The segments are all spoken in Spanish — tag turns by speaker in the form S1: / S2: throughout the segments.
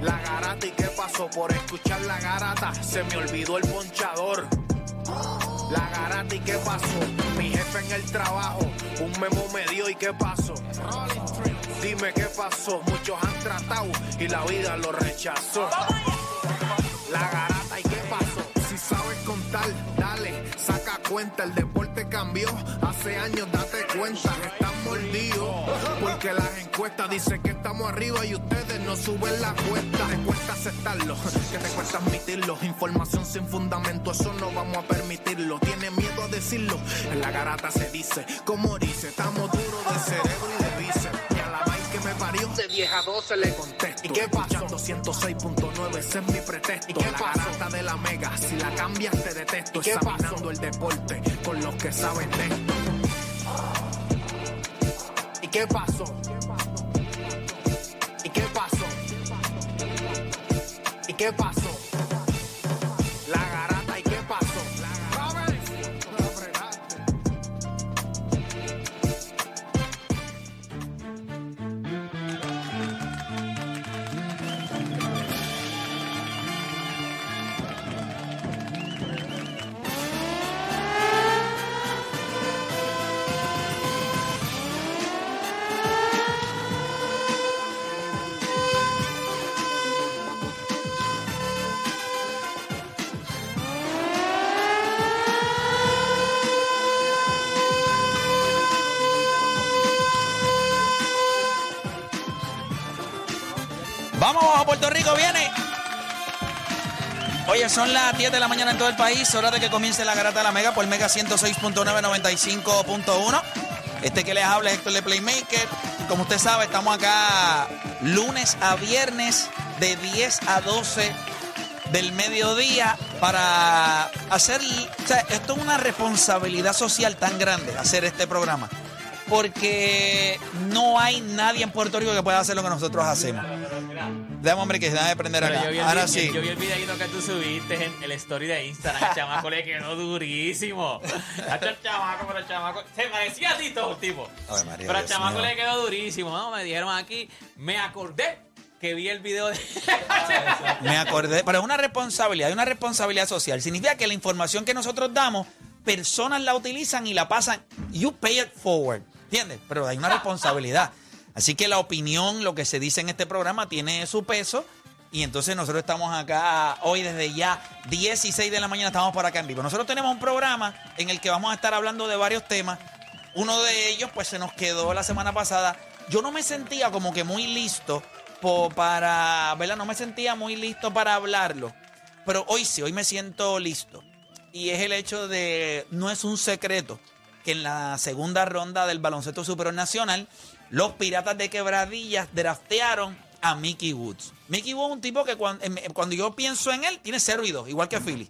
S1: La garata y qué pasó por escuchar la garata, se me olvidó el ponchador. La garata y qué pasó, mi jefe en el trabajo, un memo me dio y qué pasó. Dime qué pasó, muchos han tratado y la vida lo rechazó. La garata y qué pasó. Si sabes contar, dale, saca cuenta. El deporte cambió hace años, date cuenta. Están mordidos porque las encuestas dicen que estamos arriba y ustedes no suben la cuesta. Te cuesta aceptarlo, que te cuesta admitirlo. Información sin fundamento, eso no vamos a permitirlo. Tiene miedo a decirlo. En la garata se dice, como dice, estamos duros de cerebro y de bíceps. Y a la vaina que me parió, de 10 a 12 le contesto. ¿Y qué pasó? 106.9, ese es mi pretexto. ¿Y qué la garata de la mega, si la cambias te detesto. Examinando el deporte con los que saben de esto. ¿Y qué pasó? ¿Y qué pasó? ¿Y qué pasó? La garata, ¿y qué pasó?
S2: Vamos abajo, Puerto Rico viene. Oye, son las 10 de la mañana en todo el país, hora de que comience la garata de la Mega por Mega 106.995.1. Este que les habla es Héctor de Playmaker. Como usted sabe, estamos acá lunes a viernes de 10 a 12 del mediodía para hacer... O sea, esto es una responsabilidad social tan grande, hacer este programa porque no hay nadie en Puerto Rico que pueda hacer lo que nosotros hacemos. Dame, hombre, que se da de prender
S3: Pero
S2: acá.
S3: yo vi, el,
S2: Ahora
S3: vi-
S2: sí.
S3: yo vi el videito que tú subiste en el story de Instagram. El chamaco le quedó durísimo. Hasta el chamaco, pero el chamaco. Se parecía a ti todo el tipo.
S2: Ay, María,
S3: pero el
S2: Dios
S3: chamaco
S2: mío.
S3: le quedó durísimo. No, me dijeron aquí. Me acordé que vi el video de.
S2: Me acordé, pero es una responsabilidad, es una responsabilidad social. Significa que la información que nosotros damos, personas la utilizan y la pasan. You pay it forward, ¿entiendes? Pero hay una responsabilidad. Así que la opinión, lo que se dice en este programa, tiene su peso. Y entonces nosotros estamos acá hoy desde ya 16 de la mañana, estamos por acá en vivo. Nosotros tenemos un programa en el que vamos a estar hablando de varios temas. Uno de ellos, pues se nos quedó la semana pasada. Yo no me sentía como que muy listo po- para, ¿verdad? No me sentía muy listo para hablarlo. Pero hoy sí, hoy me siento listo. Y es el hecho de, no es un secreto, que en la segunda ronda del baloncesto superior nacional, los piratas de quebradillas draftearon a Mickey Woods. Mickey Woods es un tipo que cuan- em- em, cuando, yo pienso en él, tiene 0 y 2, igual que Philly.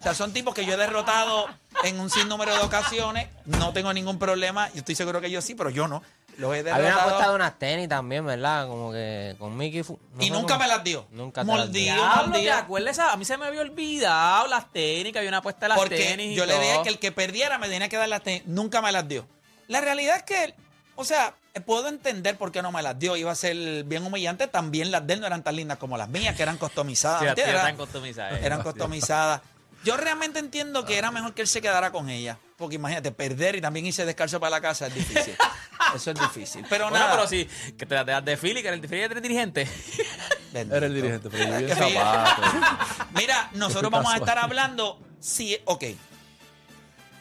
S2: O sea, son tipos que yo he derrotado en un sinnúmero de ocasiones. No tengo ningún problema. Yo estoy seguro que yo sí, pero yo no. Los he
S4: Había una apuesta de
S2: derrotado.
S4: unas tenis también, ¿verdad? Como que con Mickey. Fu- no
S2: Y
S4: sé
S2: nunca
S4: cómo-
S2: me las dio.
S4: Nunca te las
S2: Mordido,
S4: dio.
S3: Diablo, ¿te
S2: mordido.
S3: acuerdas? A mí se me había olvidado las técnicas. Había una apuesta de las
S2: Porque
S3: tenis. y
S2: yo le dije
S3: todo.
S2: que el que perdiera me tenía que dar las tenis. Nunca me las dio. La realidad es que, o sea, puedo entender por qué no me las dio. Iba a ser bien humillante. También las de él no eran tan lindas como las mías, que eran customizadas.
S3: Sí, las
S2: ¿entiendes?
S3: tías
S2: Eran-
S3: están customizadas.
S2: eran customizadas. Yo realmente entiendo que era mejor que él se quedara con ella. Porque imagínate, perder y también irse descalzo para la casa es difícil. Eso es difícil. Pero
S3: Bueno,
S2: nada.
S3: pero sí, que te las de- las de Philly, que era el Philly de tres dirigentes.
S2: Bendito.
S5: Era el dirigente, pero vivía en
S2: Sí.
S5: zapatos.
S2: Mira, nosotros vamos a estar hablando. Sí, ok.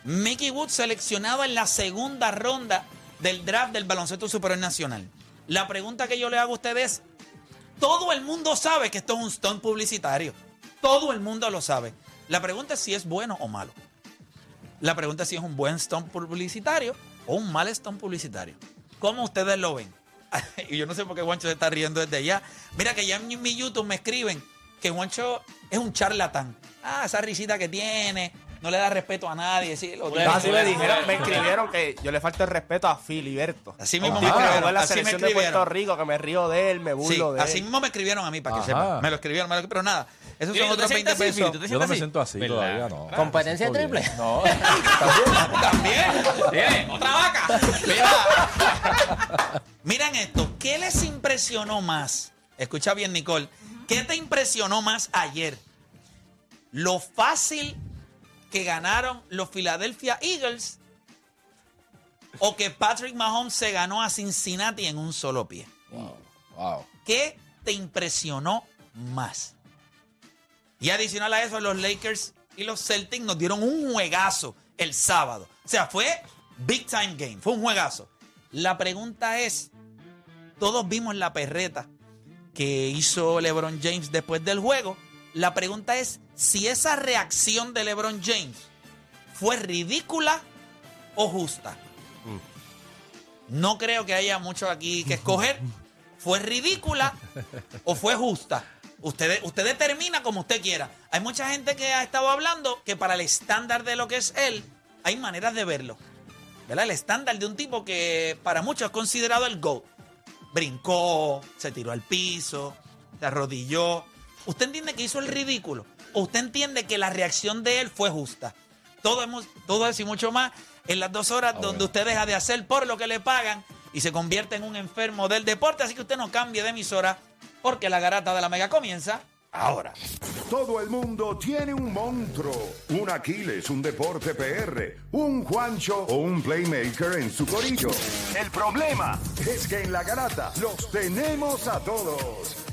S2: Mickey Woods seleccionado en la segunda ronda del draft del baloncesto superior nacional. La pregunta que yo le hago a ustedes es, todo el mundo sabe que esto es un stunt publicitario. Todo el mundo lo sabe. La pregunta es si es bueno o malo. La pregunta es si es un buen stunt publicitario o un mal stunt publicitario. ¿Cómo ustedes lo ven? y yo no sé por qué Juancho se está riendo desde allá. Mira que ya en mi YouTube me escriben que Juancho es un charlatán. Ah, esa risita que tiene, no le da respeto a nadie. sí, lo tiene.
S5: Así Ah, me dijeron, me escribieron que yo le falto el respeto a Filiberto.
S2: Así mismo
S5: Un
S2: me
S5: tipo que
S2: escribieron,
S5: jugó en la
S2: así me
S5: selección de Puerto
S2: escribieron.
S5: Rico, que me río de él, me
S2: Sí,
S5: burlo de
S2: así
S5: él.
S2: mismo me escribieron a mí para que
S6: Ajá.
S2: sepa. Me lo escribieron, me lo pero nada. Esos son otros 20 pesos.
S6: Yo no me siento así todavía, no.
S4: ¿Competencia
S6: Estoy
S4: triple?
S6: bien. No. También.
S2: También.
S3: Tiene otra vaca.
S2: Mira. miren esto. ¿Qué les impresionó más? Escucha bien, Nicole. ¿Qué te impresionó más ayer? Lo fácil que ganaron los Philadelphia Eagles o que Patrick Mahomes se ganó a Cincinnati en un solo pie.
S6: Wow.
S2: ¿Qué te impresionó más? Y adicional a eso, los Lakers y los Celtics nos dieron un juegazo el sábado. O sea, fue big time game, fue un juegazo. La pregunta es, todos vimos la perreta que hizo LeBron James después del juego. La pregunta es si esa reacción de LeBron James fue ridícula o justa. No creo que haya mucho aquí que escoger. ¿Fue ridícula o fue justa? Usted, usted determina como usted quiera. Hay mucha gente que ha estado hablando que para el estándar de lo que es él, hay maneras de verlo. ¿Verdad? El estándar de un tipo que para muchos es considerado el GOAT. Brincó, se tiró al piso, se arrodilló. ¿Usted entiende que hizo el ridículo? ¿O usted entiende que la reacción de él fue justa? Todo, hemos, todo eso y mucho más en las dos horas
S6: Ah,
S2: donde
S6: bueno.
S2: usted deja de hacer por lo que le pagan y se convierte en un enfermo del deporte. Así que usted no cambie de emisora porque la garata de la mega comienza.
S7: Todo el mundo tiene un monstruo, un Aquiles, un deporte PR, un Juancho o un playmaker en su corillo. El problema es que en la garata los tenemos a todos.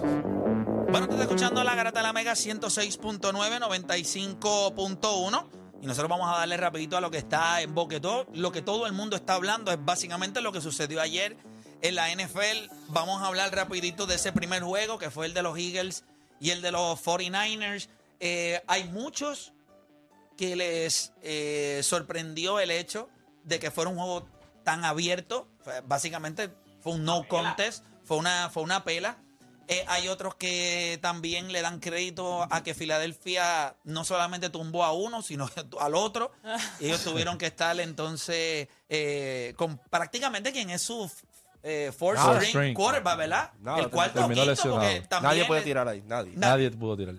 S2: Bueno, tú estás escuchando la garata de la mega 106.9, 95.1. Y nosotros vamos a darle rapidito a lo que está en Boquetó. Lo que todo el mundo está hablando es básicamente lo que sucedió ayer en la NFL. Vamos a hablar rapidito de ese primer juego que fue el de los Eagles y el de los 49ers. Eh, hay muchos que les eh, sorprendió el hecho de que fuera un juego tan abierto. Fue- Básicamente fue un no contest, fue una, fue una pela. Eh, hay otros que también le dan crédito a que Filadelfia no solamente tumbó a uno, sino al otro. Y ellos tuvieron que estar entonces eh, con prácticamente quien es su eh, fourth
S6: Nada.
S2: string
S6: String.
S2: quarterback, ¿verdad?
S5: Nada,
S2: el cuarto
S6: terminó
S2: quinto, porque
S6: lesionado.
S2: también
S5: Nadie puede tirar ahí, nadie.
S2: Na-
S6: Nadie pudo tirar.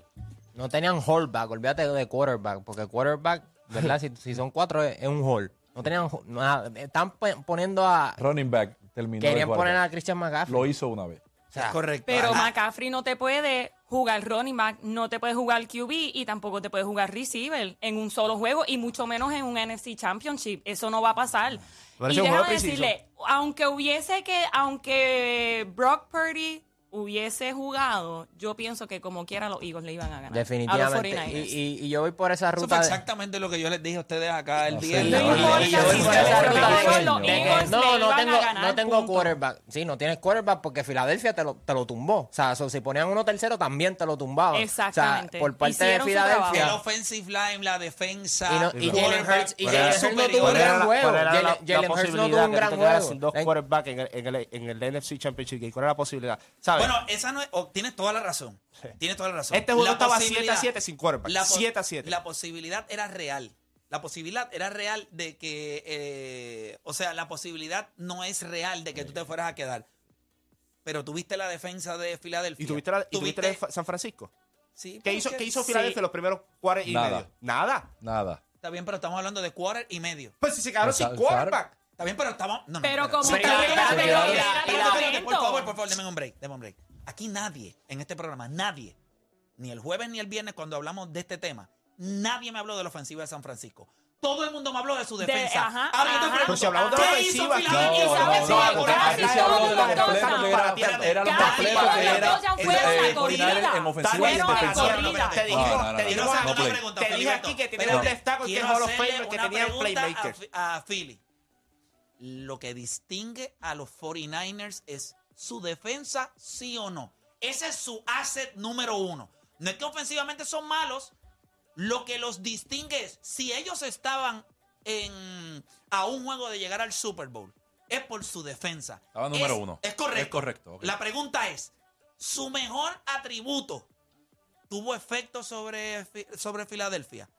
S4: No tenían holdback, olvídate de quarterback, porque quarterback, ¿verdad? si, si son cuatro, es, es un hold. No tenían hold- nada. Están pe- poniendo a...
S6: Running back terminó. de
S4: Querían poner
S6: quarterback.
S4: a Christian McCaffrey.
S6: Lo hizo una vez.
S4: O sea,
S2: Correcto.
S8: Pero
S2: Ah,
S8: McCaffrey no te puede jugar Ronnie Mac, no te puede jugar QB y tampoco te puede jugar receiver en un solo juego y mucho menos en un NFC Championship. Eso no va a pasar.
S5: Pero
S8: y
S5: ese juego
S8: déjame
S5: preciso.
S8: decirle, aunque hubiese que, aunque Brock Purdy hubiese jugado, yo pienso que como quiera los Eagles le iban a ganar. A los
S4: definitivamente.
S8: 49ers.
S4: Y, y- y yo voy por esa
S2: Eso fue
S4: ruta... de-
S2: exactamente lo que yo les dije a ustedes acá el
S6: No sé,
S2: viernes.
S8: no
S2: Yo pues, les
S8: importa
S2: dije,
S8: si
S2: yo les
S8: se
S2: dije,
S8: derrotaron
S6: Eagles,
S8: los
S6: no.
S4: de que
S8: Eagles,
S4: no,
S8: le
S4: no
S8: iban
S4: tengo,
S8: a ganar,
S4: no tengo
S8: punto.
S4: quarterback. Sí, no tienes quarterback porque Filadelfia te lo, te lo tumbó. O sea, so, si ponían uno tercero también te lo tumbaban.
S8: Exactamente.
S4: O sea, por parte
S8: Hicieron
S4: de
S8: su
S2: el
S8: trabajo.
S4: Filadelfia.
S2: offensive line, la defensa.
S4: Y, no, y Jalen
S2: quarterback,
S4: Hurts, y
S2: pero
S4: Jalen
S2: es
S4: Hurts no
S2: superior.
S4: tuvo un gran
S5: ¿Cuál
S4: juego.
S5: era la-
S4: Jalen
S5: la
S4: Jalen Hurts no tuvo
S5: posibilidad
S4: un
S5: que
S4: gran
S5: tú te quedaras
S4: juego.
S5: sin dos
S4: Eh,
S5: quarterbacks en el, en, el, en el NFC Championship Game? ¿Cuál era la posibilidad? ¿Sabes?
S2: Bueno, esa no es. oh, tienes toda la razón. Tienes toda la razón.
S5: Este juego
S2: La
S5: estaba
S2: posibilidad-
S5: 7 a 7 sin quarterback.
S2: la pos-
S5: 7 a 7.
S2: La posibilidad era real. La posibilidad era real de que. eh, o sea, la posibilidad no es real de que tú te fueras a quedar. Pero tuviste la defensa de Filadelfia.
S5: ¿Y tuviste, la, y
S2: Tuviste-
S5: tuviste la de Fa- San Francisco?
S2: Sí,
S5: ¿Qué
S2: pero
S5: hizo,
S2: es que-
S5: ¿qué hizo
S2: sí,
S5: Filadelfia los primeros cuartos y
S6: Nada.
S5: medio? Nada.
S6: Nada.
S2: Está bien, pero estamos hablando de quarter y medio.
S5: Pues si se quedaron
S6: Pero
S5: sin
S6: sa-
S5: quarterback.
S2: Está bien, pero estamos. No, no,
S8: Pero
S2: espérate.
S8: como
S2: Espérate,
S8: quiera,
S2: espérate,
S8: pero
S2: espérate,
S8: era
S2: espérate, espérate,
S8: talento.
S2: Por favor, por favor, denme un break. Deme un break. Aquí nadie en este programa, nadie, ni el jueves ni el viernes cuando hablamos de este tema, nadie me habló de la ofensiva de San Francisco. Todo el mundo me habló de su
S8: De-
S2: defensa.
S8: ajá,
S2: Ahora yo te
S8: ajá.
S2: pregunto,
S8: Pero si
S5: hablamos de la
S2: ¿qué hizo
S5: ofensiva,
S2: Filadelfia?
S8: no,
S2: ¿Sabe
S8: no,
S2: si
S8: no,
S2: la
S8: no,
S2: corrida-
S8: casi
S2: Filadelfia
S8: todo
S2: habló de
S8: el
S2: la
S8: mundo
S2: completa,
S8: habló.
S2: que era-
S8: Casi
S2: era lo
S8: todos
S2: completo que era-
S8: los
S2: era-
S8: muchachos fueron a la
S2: eh,
S8: corrida.
S6: en ofensiva
S5: Está
S2: y
S8: Fueron
S2: en
S5: bien,
S8: a
S2: defensa.
S8: la
S5: Patricio,
S8: corrida.
S5: Te digo,
S6: No, no, no,
S5: te
S6: no,
S5: digo,
S2: Quiero
S6: no,
S2: hacer
S6: no,
S2: una
S6: play.
S2: pregunta,
S5: Te dije
S2: Feliberto.
S5: aquí que tiene
S2: Pero
S5: un destaco que
S2: quiero
S5: es Hall of
S2: hacerle
S5: Famer, que
S2: una
S5: tenía un
S2: pregunta
S5: playmaker.
S2: a Fi- A, Philly. Lo que distingue a los 49ers es su defensa, sí o no. Ese es su asset número uno. No es que ofensivamente son malos. Lo que los distingue es si ellos estaban en, a un juego de llegar al Super Bowl, es por su defensa.
S6: Estaba número
S2: Es-
S6: uno.
S2: Es correcto.
S6: Es correcto, ok.
S2: La pregunta es: ¿su mejor atributo tuvo efecto sobre, Fi- sobre Filadelfia?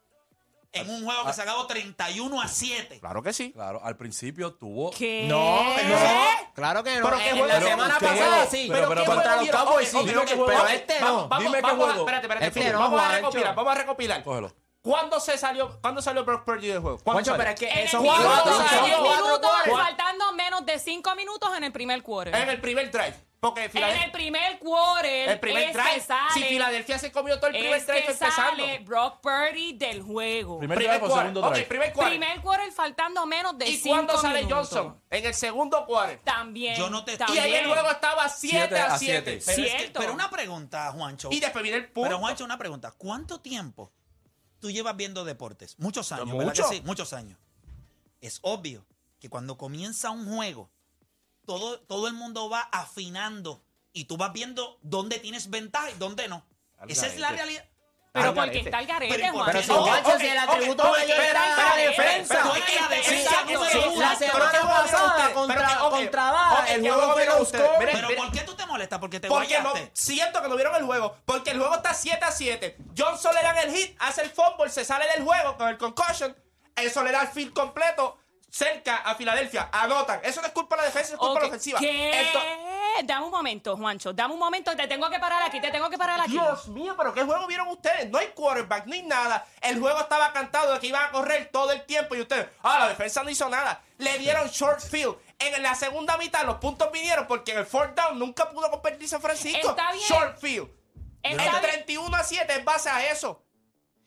S2: En
S6: Ah,
S2: un juego que se acabó 31 a 7.
S5: Claro que sí.
S6: Claro, al principio tuvo.
S8: ¿Qué?
S4: No, no. Claro que no.
S5: Pero qué
S4: en
S5: juego-
S4: la semana
S6: pero-
S4: pasada
S6: pero-
S4: sí.
S6: pero- pero-
S4: contra
S6: pero-
S4: los
S6: pero-
S4: Cowboys sí.
S6: ok, ok,
S4: pero
S6: vamos-
S4: este
S6: vamos-
S4: no.
S6: vamos- Dime qué
S5: vamos a-
S6: juego.
S5: Espérate, espérate.
S4: Este
S5: Phil,
S4: no,
S5: vamos a
S4: Juancho.
S5: recopilar, vamos a recopilar.
S6: Cógelo.
S5: ¿Cuándo se salió, cuándo salió Brock Purdy del juego? ¿Cuándo
S4: Juancho,
S5: sale?
S4: pero es que
S8: En el
S4: esos
S8: minuto,
S4: cuatro
S5: son
S8: en el
S4: cuatro
S8: minuto,
S4: cuartos.
S8: faltando menos de cinco minutos en el primer quarter.
S5: En el primer drive. Porque
S8: En el
S5: Filadelfia.
S8: primer quarter.
S5: El primer
S8: es que
S5: drive.
S8: sale,
S5: Si Filadelfia se comió todo el primer
S8: es que
S5: drive empezando.
S8: sale Brock Purdy del juego.
S6: Primer drive o
S5: quarter.
S6: segundo
S5: Ok,
S6: drive.
S5: primer quarter.
S8: Primer quarter faltando menos de
S5: ¿Y
S8: cinco
S5: cuándo sale
S8: minutos.
S5: Johnson? En el segundo quarter.
S8: También.
S2: Yo no te-
S5: Y
S8: también.
S5: ahí el juego estaba 7
S6: Siete
S5: a
S6: a
S5: 7.
S6: siete.
S2: Pero, es que-
S8: Cierto.
S2: pero una pregunta, Juancho.
S5: Y después viene el punto.
S2: Pero Juancho, una pregunta. ¿Cuánto tiempo tú llevas viendo deportes? Muchos años,
S5: Mucho.
S2: ¿verdad que sí? Muchos años. Es obvio que cuando comienza un juego, todo, todo el mundo va afinando y tú vas viendo dónde tienes ventaja y dónde no.
S5: Al
S2: Esa es la
S5: garete.
S2: realidad.
S8: Pero
S5: Al
S8: porque
S5: garete.
S8: está el garete,
S2: Pero ¿por
S8: Juan.
S2: qué?
S4: Pero si
S2: Ok,
S4: Juancho, si
S5: Oh, ok,
S4: el
S5: ok,
S4: atributo
S5: ok,
S4: de ellos
S5: espera,
S4: era la
S5: espera, espera,
S4: defensa.
S2: Pero es la
S4: Sí,
S2: defensa
S4: sí,
S2: número
S4: sí,
S2: uno.
S4: La semana pasada contra, contra Dallas, el juego fue low score.
S2: Pero ¿por qué tú te molestas? Porque te
S5: Porque no,
S2: guayaste.
S5: siento que no vieron el juego. Porque el juego está 7 a 7. Johnson le dan el hit, hace el fumble, se sale del juego con el concussion. Eso le da el field completo cerca a Filadelfia. Anotan. Eso no es culpa de la defensa, es culpa de
S8: Ok,
S5: la ofensiva.
S8: ¿Qué?
S5: Esto-
S8: Dame un momento, Juancho. Dame un momento. Te tengo que parar aquí. Te tengo que parar aquí.
S5: Dios mío, pero qué juego vieron ustedes. No hay quarterback, no hay nada. El juego estaba cantado de que iban a correr todo el tiempo y ustedes, ah, la defensa no hizo nada. Le dieron short field. En la segunda mitad los puntos vinieron porque en el fourth down nunca pudo convertir San Francisco.
S8: Está bien.
S5: Short field.
S8: Está
S5: el
S8: bien.
S5: 31 a 7 en base a eso.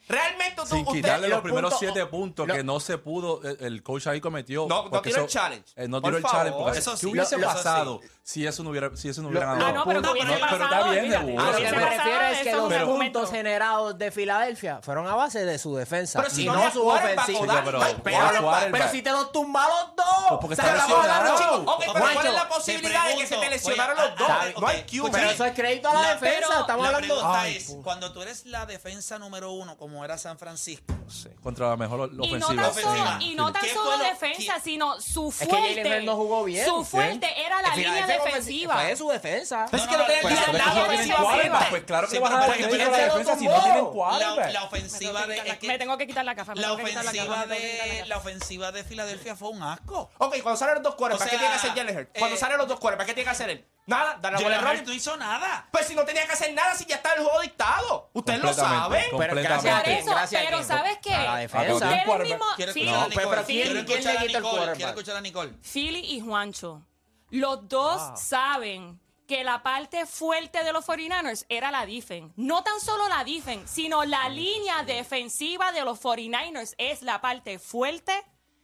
S5: Realmente tú-
S6: Sin
S5: ustedes-
S6: quitarle los,
S5: los
S6: primeros
S5: puntos- oh,
S6: siete puntos
S5: lo-
S6: que no se pudo, el, el coach ahí cometió.
S5: No, no
S6: porque
S5: tiró el challenge.
S6: eh, no
S5: Por
S6: tiró el
S5: favor.
S6: challenge. Porque
S2: Eso sí,
S6: ¿Qué hubiese
S2: lo- lo-
S6: pasado si eso no hubiera, si eso no hubiera Lo-
S8: Ah,
S6: ganado?
S8: no, pero
S6: Puntos.
S8: que hubiese
S6: No, pero está
S8: pasado,
S6: bien,
S8: olvídate.
S6: de
S4: A
S8: Ah, no,
S4: lo
S8: sí,
S4: que
S8: se
S4: me
S8: pasaba,
S4: refiero es
S8: eso
S4: que
S8: es un
S4: los
S8: argumento.
S4: puntos generados de Filadelfia fueron a base de su defensa
S5: Pero si
S4: y
S5: no
S4: no,
S5: había
S4: su
S5: quarterback,
S4: ofensiva.
S5: Odal,
S6: pero-
S5: no hay
S6: pero-
S5: quarterback.
S6: quarterback.
S4: Pero si te los tumba los dos.
S6: Pues porque
S4: Se
S6: está
S4: la acabó la
S6: lesionado.
S4: noche.
S5: Chicos, ok, pero ¿cuál
S4: Juancho,
S5: es la posibilidad de que se te lesionaron los dos?
S2: Oye, ah,
S5: No hay
S2: ok,
S5: QB.
S4: Pero eso es crédito a la defensa,
S2: pero
S4: estamos
S2: la
S4: hablando-
S2: pregunta
S4: Ay,
S2: es,
S4: pu-
S2: cuando tú eres la defensa número uno, como era San Francisco,
S6: Contra la mejor la
S8: Y no
S6: ofensiva.
S8: tan solo,
S2: ofensiva.
S8: y no tan
S2: ¿Qué
S8: solo
S2: fue lo-
S8: defensa,
S2: qué-
S8: sino su
S4: Es que Jalen
S8: fuerte.
S4: Hurts no jugó bien.
S8: Su fuerte era la línea
S4: Filadelfia fue-
S8: defensiva.
S4: Fue su defensa.
S2: Es que no tenían
S4: Pues,
S2: nada
S4: pues,
S2: de
S4: pues,
S8: defensiva.
S4: pues,
S8: quarterback.
S6: Pues claro que
S2: Sí,
S6: vas a
S2: pero-
S6: defender
S2: pero-
S6: a la
S4: pero-
S6: defensa si no
S4: pero-
S6: tienen
S2: la,
S6: quarterback.
S2: la
S8: Me tengo
S2: ofensiva
S8: que
S2: de...
S8: quitar la-
S2: es que
S8: Me tengo que quitar la gafa.
S2: la
S8: me tengo que quitar la gafa,
S2: ofensiva
S8: me tengo que quitar la
S2: de
S8: gafa.
S2: la ofensiva de Filadelfia fue un asco.
S5: Ok, cuando salen los dos cuerpos,
S2: O
S5: ¿qué
S2: sea,
S5: tiene que hacer Jalen Hurts? Cuando
S2: eh,
S5: salen los dos cuerpos, ¿qué tiene que hacer él? Nada, darle la bola a
S2: Jalen
S5: Ronnie.
S2: Hurts no hizo nada.
S5: Pues si no tenía que hacer nada, si ya está el juego dictado. Ustedes lo
S6: Completamente,
S5: saben.
S6: completamente.
S4: gracias a
S8: Por
S4: quién,
S8: eso,
S4: gracias a
S8: pero
S4: quién.
S8: ¿sabes qué?
S4: A la defensa.
S6: Ustedes
S8: Ustedes mismos.
S2: Quiero
S8: Sí,
S2: escuchar a
S4: pero-
S2: Nicole.
S4: pero ¿quién- quién
S2: Quiero
S4: le
S2: escuchar a
S4: quita el
S2: Nicole, Quiero
S4: quarterback?
S2: escuchar a Nicole.
S8: Philly y Juancho. Los dos saben que la parte fuerte de los 49ers era la defense. No tan solo la defense, sino la línea defensiva de los 49ers es la parte fuerte